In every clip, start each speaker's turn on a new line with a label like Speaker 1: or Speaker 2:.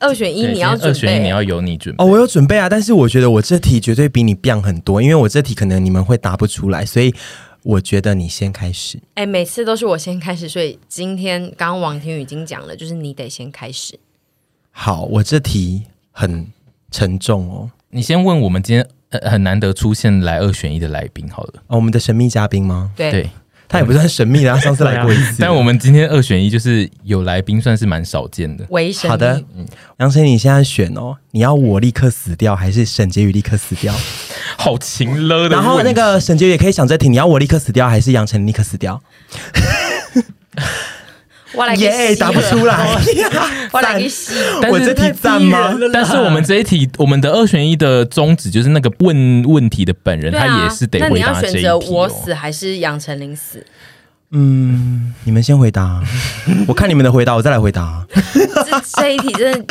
Speaker 1: 二选一，
Speaker 2: 对
Speaker 1: 你要
Speaker 2: 今天二
Speaker 1: 准
Speaker 2: 选一，你
Speaker 1: 备。
Speaker 2: 要有你准备。
Speaker 3: 哦，我有准备啊，但是我觉得我这题绝对比你 b 很多，因为我这题可能你们会答不出来，所以我觉得你先开始。
Speaker 1: 哎，每次都是我先开始，所以今天刚刚王天宇已经讲了，就是你得先开始。
Speaker 3: 好，我这题很沉重哦。
Speaker 2: 你先问我们今天呃很难得出现来二选一的来宾好了。
Speaker 3: 哦，我们的神秘嘉宾吗？
Speaker 1: 对，
Speaker 2: 对，
Speaker 3: 他也不算神秘啦，他上次来过一 次。
Speaker 2: 但我们今天二选一就是有来宾算是蛮少见的。
Speaker 1: 维神
Speaker 3: 好的
Speaker 1: 力，
Speaker 3: 嗯杨丞琳，你现在选哦，你要我立刻死掉，还是沈婕妤立刻死掉？
Speaker 2: 好情勒的问题。
Speaker 3: 然后那个沈婕妤也可以想这题，你要我立刻死掉，还是杨丞琳立刻死掉？
Speaker 1: 我来给
Speaker 3: 耶，
Speaker 1: 洗了
Speaker 3: 答不出，来。
Speaker 1: 我来给洗。
Speaker 2: 但
Speaker 3: 我
Speaker 2: 是
Speaker 3: 这题赞
Speaker 2: 太
Speaker 3: 吗
Speaker 2: 逼？人了但是我们这一题，我们的二选一的宗旨就是那个问问题的本人，
Speaker 1: 对啊
Speaker 2: 他也是得
Speaker 1: 那
Speaker 2: 回
Speaker 1: 你要
Speaker 2: 答这一
Speaker 1: 选
Speaker 2: 题、
Speaker 1: 择
Speaker 2: 哦。
Speaker 1: 我死还是杨丞琳死？
Speaker 3: 嗯，你们先 回答，我看你们的回答，我再来回答。
Speaker 1: 这这一题真的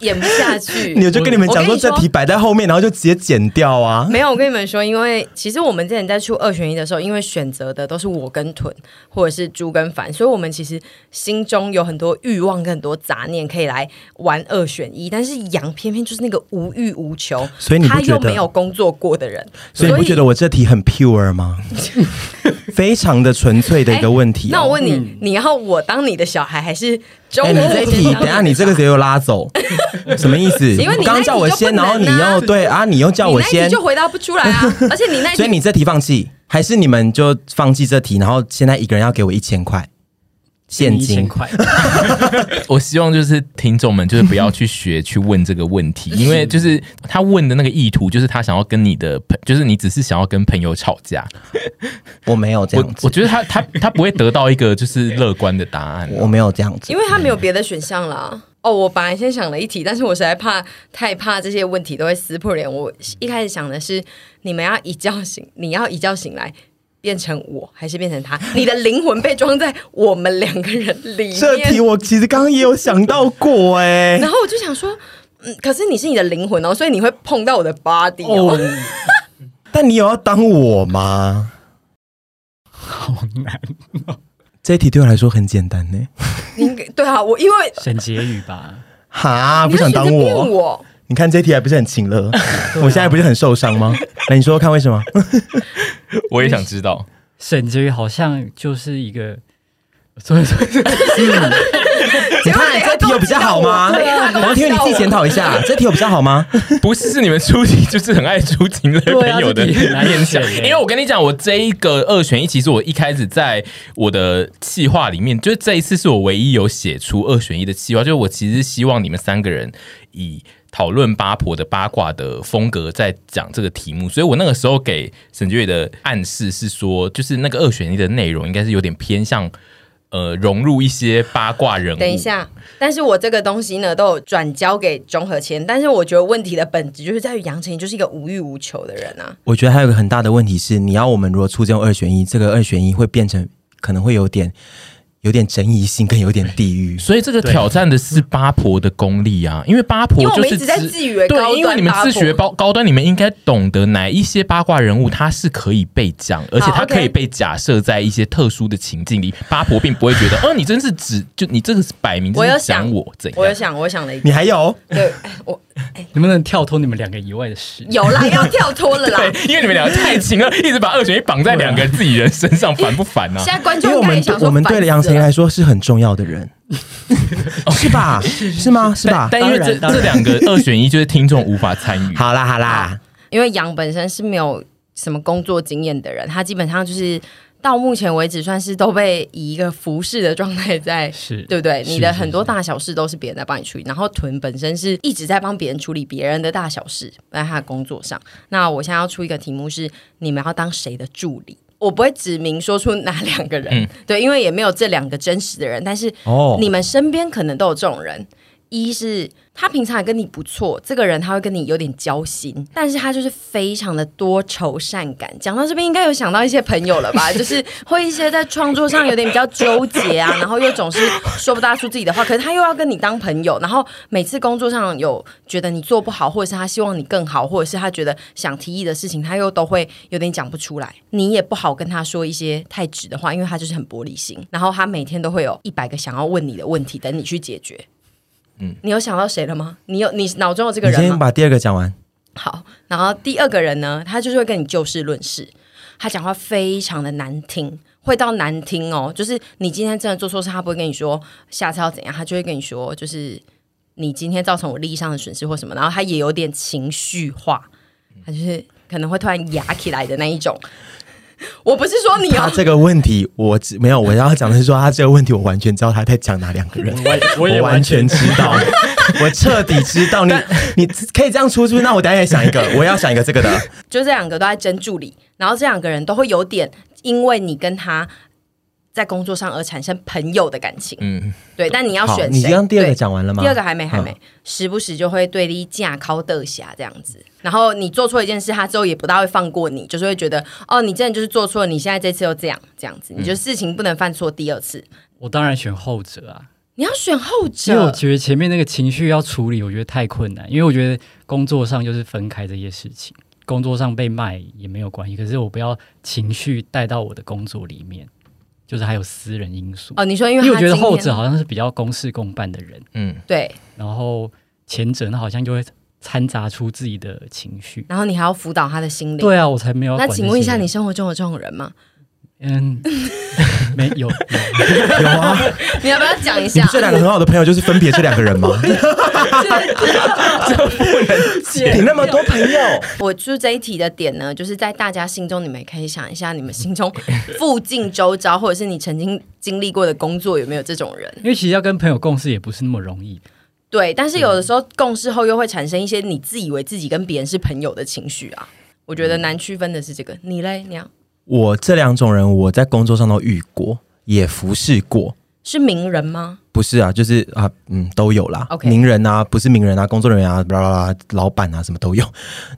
Speaker 1: 演不下去。
Speaker 3: 你就跟你们讲
Speaker 1: 我跟
Speaker 3: 说
Speaker 1: 你说
Speaker 3: 这题摆在后面，然后就直接剪 掉啊。
Speaker 1: 没有，我跟你们说，因为其实我们之前在出二选一的时候，因为选择的都是我跟屯，或者是猪跟凡，所以我们其实心中有很多欲望跟很多杂念可以来玩二选一。但是羊偏偏就是那个无欲无求，
Speaker 3: 所以你不
Speaker 1: 他
Speaker 3: 觉
Speaker 1: 又
Speaker 3: 得
Speaker 1: 没有工作过的人，
Speaker 3: 所以你不觉得我这题很 pure 吗？非常的纯粹
Speaker 1: 哎
Speaker 3: 的一个问题哦、
Speaker 1: 那我问你，你要我当你的小孩，还是中
Speaker 3: 哎、
Speaker 1: 午
Speaker 3: 你这
Speaker 1: 我先
Speaker 3: 题，
Speaker 1: 当
Speaker 3: 等下你这个
Speaker 1: 的小
Speaker 3: 谁又 拉走？什么意思？
Speaker 1: 因为你那一题
Speaker 3: 刚叫我先，
Speaker 1: 就不
Speaker 3: 然后你
Speaker 1: 能啊
Speaker 3: 又对啊，你又叫
Speaker 1: 孩
Speaker 3: 我
Speaker 1: 你那一
Speaker 3: 先
Speaker 1: 题，就回答不出来 啊！而且你那一
Speaker 3: 所以
Speaker 1: 题，
Speaker 3: 你这题放弃，还是你们就放弃这题？然后现在一个人要给我一千块现
Speaker 4: 一千
Speaker 3: 金，
Speaker 4: 块，
Speaker 2: 我希望就是听众们就是不要去学去问这个 问题，因为就是他问的那个意图就是他想要跟你的朋，就是你只是想要跟朋友吵架。
Speaker 3: 我没有这
Speaker 2: 我
Speaker 3: 样子
Speaker 2: 我，觉得他他他不会得到一个就是乐观的答案。
Speaker 3: 我没有这样子
Speaker 1: 因。为他没有别的选项啦。哦，我本来先想了一题，但是我实在怕太怕这些问题都会撕破脸。我一开始想的是，你们要一觉醒，你要一觉醒来变成我，还是变成他？你的灵魂被装在我们两个人里 面。
Speaker 3: 这题我其实刚刚也有想到过哎、
Speaker 1: 然后我就想说，嗯，可是你是你的灵魂哦，所以你会碰到我的 body 哦。
Speaker 3: 但你有要当我吗？
Speaker 4: 好难。哦
Speaker 3: 这一题对我来说很简单呢、
Speaker 1: 你应该对啊，我因为
Speaker 4: 沈婕妤吧，
Speaker 3: 哈，
Speaker 1: 你
Speaker 3: 不
Speaker 1: 要
Speaker 3: 想
Speaker 1: 选择
Speaker 3: 当
Speaker 1: 变我，啊
Speaker 3: 你看这题还不是很 情乐，我现在不是很受伤吗？那你说说看为什么？
Speaker 2: 我也想知道，
Speaker 4: 沈婕妤好像就是一个，所以所以
Speaker 1: 结
Speaker 3: 你
Speaker 1: 果
Speaker 3: 看
Speaker 1: 等一下
Speaker 3: 这题有比较好吗？
Speaker 1: 都知道我对
Speaker 3: 王天宇，你自己检讨 一下，这题有比较好吗？
Speaker 2: 不是是你们出题就是很爱出情的
Speaker 4: 对啊
Speaker 2: 朋友的
Speaker 4: 这题很难
Speaker 2: 念 想，
Speaker 4: 选欸
Speaker 2: 因为我跟你讲，我这一个二选一，其实我一开始在我的企划里面，就是这一次是我唯一有写出二选一的企划，就是我其实希望你们三个人以。讨论八婆的八卦的风格，在讲这个题目，所以我那个时候给沈月的暗示是说，就是那个二选一的内容应该是有点偏向，呃，融入一些八卦人物。
Speaker 1: 等一下，但是我这个东西呢，都有转交给中和谦，但是我觉得问题的本质就是在于杨丞琳就是一个无欲无求的人啊。
Speaker 3: 我觉得还有一个很大的问题是，你要我们如果出这种二选一，这个二选一会变成可能会有点有点争议性，更有点地 域。
Speaker 2: 所以这个挑战的是八婆的功力啊，因为八婆
Speaker 1: 因为我
Speaker 2: 就
Speaker 1: 们
Speaker 2: 是
Speaker 1: 一直在
Speaker 2: 自
Speaker 1: 自以为高端
Speaker 2: 对，因为你们
Speaker 1: 八
Speaker 2: 自
Speaker 1: 婆
Speaker 2: 学高高端，你们应该懂得哪一些八卦人物他是可以被讲，而且
Speaker 1: 好
Speaker 2: 他可以
Speaker 1: OK
Speaker 2: 被假设在一些特殊的情境里，八婆并不会觉得，哦，你真是指就你这个是摆明就
Speaker 1: 我有
Speaker 2: 是
Speaker 1: 想
Speaker 2: 讲我怎
Speaker 1: 我有
Speaker 2: 样。
Speaker 1: 想，我想了一
Speaker 3: 你
Speaker 1: 个，
Speaker 3: 还有
Speaker 1: 对，哎我
Speaker 4: 能不能跳脱你们两个以外的事？
Speaker 1: 有啦，要跳脱了 啦。
Speaker 2: 对，因为你们两个太勤了，一直把二选一绑在两个自己人身上，烦不烦啊
Speaker 1: 现？在观
Speaker 3: 因
Speaker 1: 众
Speaker 3: 为我
Speaker 1: 应该也
Speaker 3: 们
Speaker 1: 想说
Speaker 3: 我们对了杨丞
Speaker 1: 烦
Speaker 3: 琳
Speaker 1: 死
Speaker 3: 来说是很重要的人，是吧？是吗？是吧？
Speaker 2: 但因为
Speaker 4: 当
Speaker 2: 这
Speaker 4: 然当
Speaker 2: 这
Speaker 4: 然
Speaker 2: 两 个二选一，就是听众无法参与。
Speaker 3: 好啦好啦，
Speaker 1: 因为杨本身是没有什么工作经验的人，他基本上就是到目前为止算是都被以一个服侍的状态在
Speaker 4: 是
Speaker 1: 对不对？
Speaker 4: 是
Speaker 1: 你的
Speaker 4: 是
Speaker 1: 很多
Speaker 4: 是
Speaker 1: 大小事都是别人在帮你处理，然后屯本身是一直在帮别人处理别人的大小事，在他的工作上。那我现在要出一个题目是：你们要当谁的助理？我不会指明说出哪两个人，
Speaker 2: 嗯
Speaker 1: 对，因为也没有这两个真实的人，但是
Speaker 3: 哦
Speaker 1: 你们身边可能都有这种人。一是他平常也跟你不错，这个人他会跟你有点交心，但是他就是非常的多愁善感。讲到这边，应该有想到一些朋友了吧？就是会一些在创作上有点比较纠结啊，然后又总是说不大出自己的话，可是他又要跟你当朋友，然后每次工作上有觉得你做不好，或者是他希望你更好，或者是他觉得想提议的事情，他又都会有点讲不出来。你也不好跟他说一些太直的话，因为他就是很玻璃心，然后他每天都会有一百个想要问你的问题等你去解决。
Speaker 2: 嗯
Speaker 1: 你有想到谁了吗？你有你脑中有这个
Speaker 3: 你
Speaker 1: 人
Speaker 3: 先
Speaker 1: 吗？
Speaker 3: 把第二个讲完。
Speaker 1: 好，然后第二个人呢，他就是会跟你就事论事，他讲话非常的难听，会到难听哦。就是你今天真的做错事，他不会跟你说下次要怎样，他就会跟你说，就是你今天造成我利益上的损失或什么。然后他也有点情绪化，他就是可能会突然哑起来的那一种。我不是说你
Speaker 3: 他
Speaker 1: 哦，
Speaker 3: 这个问题，我只没有，我要讲的是说，他这个问题，我完全知道他在讲哪两个人，
Speaker 4: 我
Speaker 3: 我完全知 道，我彻底知道你，你可以这样出出，那我等一下也想一个，我要想一个这个的，
Speaker 1: 就这两个都在争助理，然后这两个人都会有点因为你跟他在工作上而产生朋友的感情。
Speaker 2: 嗯，
Speaker 1: 对，但你要
Speaker 3: 好，
Speaker 1: 选
Speaker 3: 你
Speaker 1: 谁？
Speaker 3: 刚刚第二个
Speaker 1: 对
Speaker 3: 讲完了吗？
Speaker 1: 第二个还没，还
Speaker 3: 嗯
Speaker 1: 没，时不时就会对立架靠得下这样子。然后你做错一件事，他之后也不大会放过你，就是会觉得哦，你真的就是做错了，你现在这次又这样这样子，你就事情不能犯错第二次。
Speaker 4: 我当然选后者啊，
Speaker 1: 你要选后
Speaker 4: 因为我
Speaker 1: 者，
Speaker 4: 觉得前面那个情绪要处理，我觉得太困难，因为我觉得工作上就是分开这些事情，工作上被卖也没有关系，可是我不要情绪带到我的工作里面，就是还有私人因素。
Speaker 1: 哦，你说因
Speaker 4: 因
Speaker 1: 为
Speaker 4: 为
Speaker 1: 他
Speaker 4: 我觉得
Speaker 1: 今天
Speaker 4: 后者好像是比较公事公办的人，
Speaker 2: 嗯，
Speaker 1: 对，
Speaker 4: 然后前者呢好像就会掺杂出自己的情绪。
Speaker 1: 然后你还要辅导他的心理。
Speaker 4: 对啊，我才没有要
Speaker 1: 那
Speaker 4: 管
Speaker 1: 请
Speaker 4: 这
Speaker 1: 问一
Speaker 4: 些
Speaker 1: 下，
Speaker 4: 人
Speaker 1: 你生活中有这种人吗？
Speaker 4: 嗯，没有，有
Speaker 3: 有啊，
Speaker 1: 你要不要讲一
Speaker 3: 你
Speaker 1: 下
Speaker 3: 们？这两个很好的朋友就是分别这两个人吗？ 你那么多朋友，
Speaker 1: 我就是这一题的点呢，就是在大家心中，你们也可以想一下，你们心 中附近周遭，或者是你曾经经历过的工作，有没有这种人？
Speaker 4: 因为其实要跟朋友共事也不是那么容易。
Speaker 1: 对，但是有的时候共事后又会产生一些你自以为自己跟别人是朋友的情绪啊。我觉得难区分的是这个，
Speaker 4: 嗯
Speaker 1: 你嘞，你要
Speaker 3: 我这两种人我在工作上都遇过，也服侍过。
Speaker 1: 是名人吗？
Speaker 3: 不是啊，就是啊，嗯，都有啦。
Speaker 1: OK
Speaker 3: 名人啊，不是名人啊，工作人员啊，啦啦啦，老板啊，什么都有。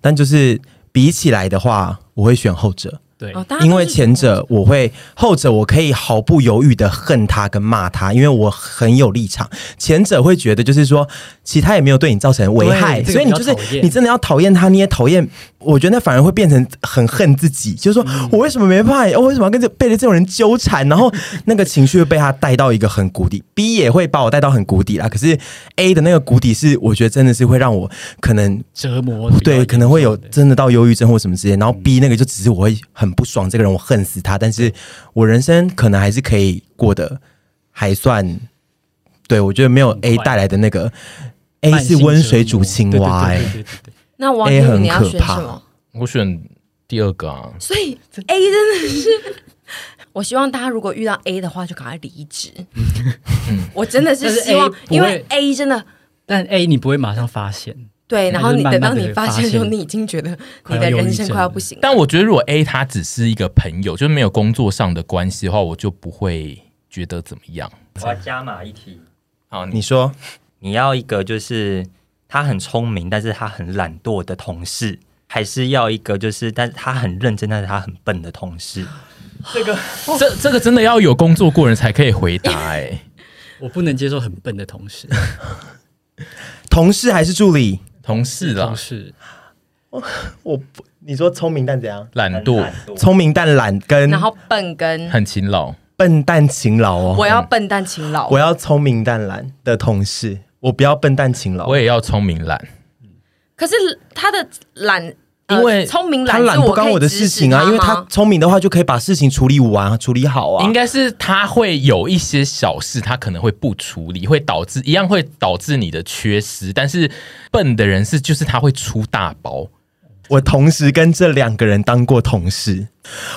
Speaker 3: 但就是比起来的话，我会选后者，
Speaker 4: 对，
Speaker 1: 哦，大家都是
Speaker 3: 因为前者我会，后者我可以毫不犹豫的恨他跟骂他，因为我很有立场。前者会觉得就是说，其他也没有对你造成危害，
Speaker 4: 对
Speaker 3: 所以你
Speaker 4: 这
Speaker 3: 就
Speaker 4: 个
Speaker 3: 是你
Speaker 4: 比较讨厌
Speaker 3: 真的要讨厌他，你也讨厌。我觉得那反而会变成很恨自
Speaker 4: 嗯
Speaker 3: 己，就是说、我为什么没办法，我为什么要跟这被这种人纠缠？然后那个情绪会被他带到一个很谷底，B 也会把我带到很谷底啦。可是 A 的那个谷底是，我觉得真的是会让我可能
Speaker 4: 折磨比较
Speaker 3: 对，
Speaker 4: 严
Speaker 3: 可能会有
Speaker 4: 重的嗯
Speaker 3: 真的到忧郁症或什么之类。然后 B 那个就只是我会很不爽这个人，我恨死他，但是我人生可能还是可以过得还算，对我觉得没有
Speaker 4: 很快
Speaker 3: A 带来的那个 A
Speaker 4: 慢
Speaker 3: 是
Speaker 4: 性折
Speaker 3: 温
Speaker 4: 磨
Speaker 3: 水煮青蛙、
Speaker 4: 对
Speaker 3: 哎，
Speaker 4: 对对对对对
Speaker 1: 那王
Speaker 3: A
Speaker 1: 宇
Speaker 3: 很
Speaker 1: 你要
Speaker 3: 可
Speaker 1: 选
Speaker 3: 怕
Speaker 1: 什么？
Speaker 2: 我选第二个啊，
Speaker 1: 所以 A 真的是，我希望大家如果遇到 A 的话，就赶快离职。我真的是
Speaker 4: 嗯但是
Speaker 1: 希望
Speaker 4: A 不，会
Speaker 1: 因为 A 真的
Speaker 4: 但 A 你不会马上发现，
Speaker 1: 对，
Speaker 4: 那
Speaker 1: 然后
Speaker 4: 就是
Speaker 1: 你
Speaker 4: 慢
Speaker 1: 等
Speaker 4: 慢
Speaker 1: 到
Speaker 4: 地
Speaker 1: 你发
Speaker 4: 发
Speaker 1: 现的时候，
Speaker 4: 现
Speaker 1: 你已经觉得
Speaker 4: 快
Speaker 1: 你
Speaker 4: 要
Speaker 1: 的
Speaker 4: 忧
Speaker 1: 人
Speaker 4: 郁
Speaker 1: 生
Speaker 4: 症
Speaker 1: 快要
Speaker 4: 了
Speaker 1: 不行了。
Speaker 2: 但我觉得如果 A 他只是一个朋友，就是没有工作上的关系的话，我就不会觉得怎么样。
Speaker 5: 我要加码一题，
Speaker 2: 好，你
Speaker 3: 你说
Speaker 5: 你要一个就是他很聪明，但是他很懒惰的同事，还是要一个就是但是他很认真，但是他很笨的同事？
Speaker 2: 这这个真的要有工作过人才可以回答 哎、
Speaker 4: 我不能接受很笨的同事，
Speaker 3: 同事还是助理？
Speaker 2: 同事啊啦
Speaker 4: 同，事
Speaker 3: 我不你说聪明但怎样？
Speaker 2: 懒惰，
Speaker 3: 聪明但懒跟
Speaker 1: 然后笨跟
Speaker 2: 很勤劳，
Speaker 3: 笨蛋勤劳哦，
Speaker 1: 我要笨蛋勤劳
Speaker 3: 我，要聪明但懒的同事，我不要笨蛋勤劳
Speaker 2: 我。也要聪明懒。
Speaker 1: 可是他的懒，呃
Speaker 2: 因为
Speaker 1: 聪明
Speaker 3: 他
Speaker 1: 懒，
Speaker 3: 懒
Speaker 1: 是
Speaker 3: 不
Speaker 1: 我可
Speaker 3: 干
Speaker 1: 以
Speaker 3: 我的
Speaker 1: 指使
Speaker 3: 事情啊，因为
Speaker 1: 吗
Speaker 3: 他聪明的话就可以把事情处理完、处理好啊。
Speaker 2: 应该是他会有一些小事，他可能会不处理，会导致一样会导致你的缺失。但是笨的人是就是他会出大包，
Speaker 3: 我同时跟这两个人当过同事，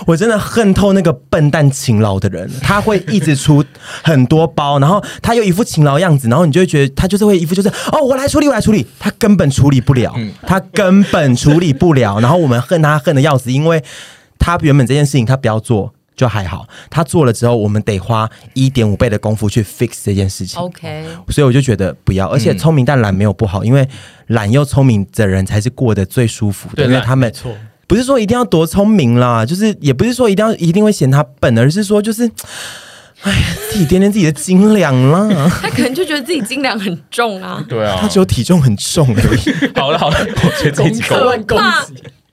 Speaker 3: 我真的恨透那个笨蛋勤劳的人，他会一直出很多包，然后他又一副勤劳样子，然后你就会觉得他就是会一副就是哦，我来处理，我来处理，他根本处理不了，他根本处理不了，然后我们恨他恨的要死，因为他原本这件事情他不要做。就还好，他做了之后，我们得花一点五倍的功夫去 fix 这件事情。
Speaker 1: OK，
Speaker 3: 所以我就觉得不要，而
Speaker 4: 嗯
Speaker 3: 且聪明但懒没有不好，因为懒又聪明的人才是过得最舒服的，
Speaker 2: 对
Speaker 3: 因为
Speaker 2: 懒
Speaker 3: 他
Speaker 4: 没
Speaker 3: 们
Speaker 4: 错，
Speaker 3: 不是说一定要多聪明啦，就是也不是说一定要一定会嫌他笨，而是说就是，哎，自己掂掂自己的斤两
Speaker 4: 哦
Speaker 3: 啦，
Speaker 1: 他可能就觉得自己斤两很重啊
Speaker 2: 。对啊
Speaker 3: 他只有体重很重而已。
Speaker 2: 好了好了，我觉得这一集够了。
Speaker 1: 那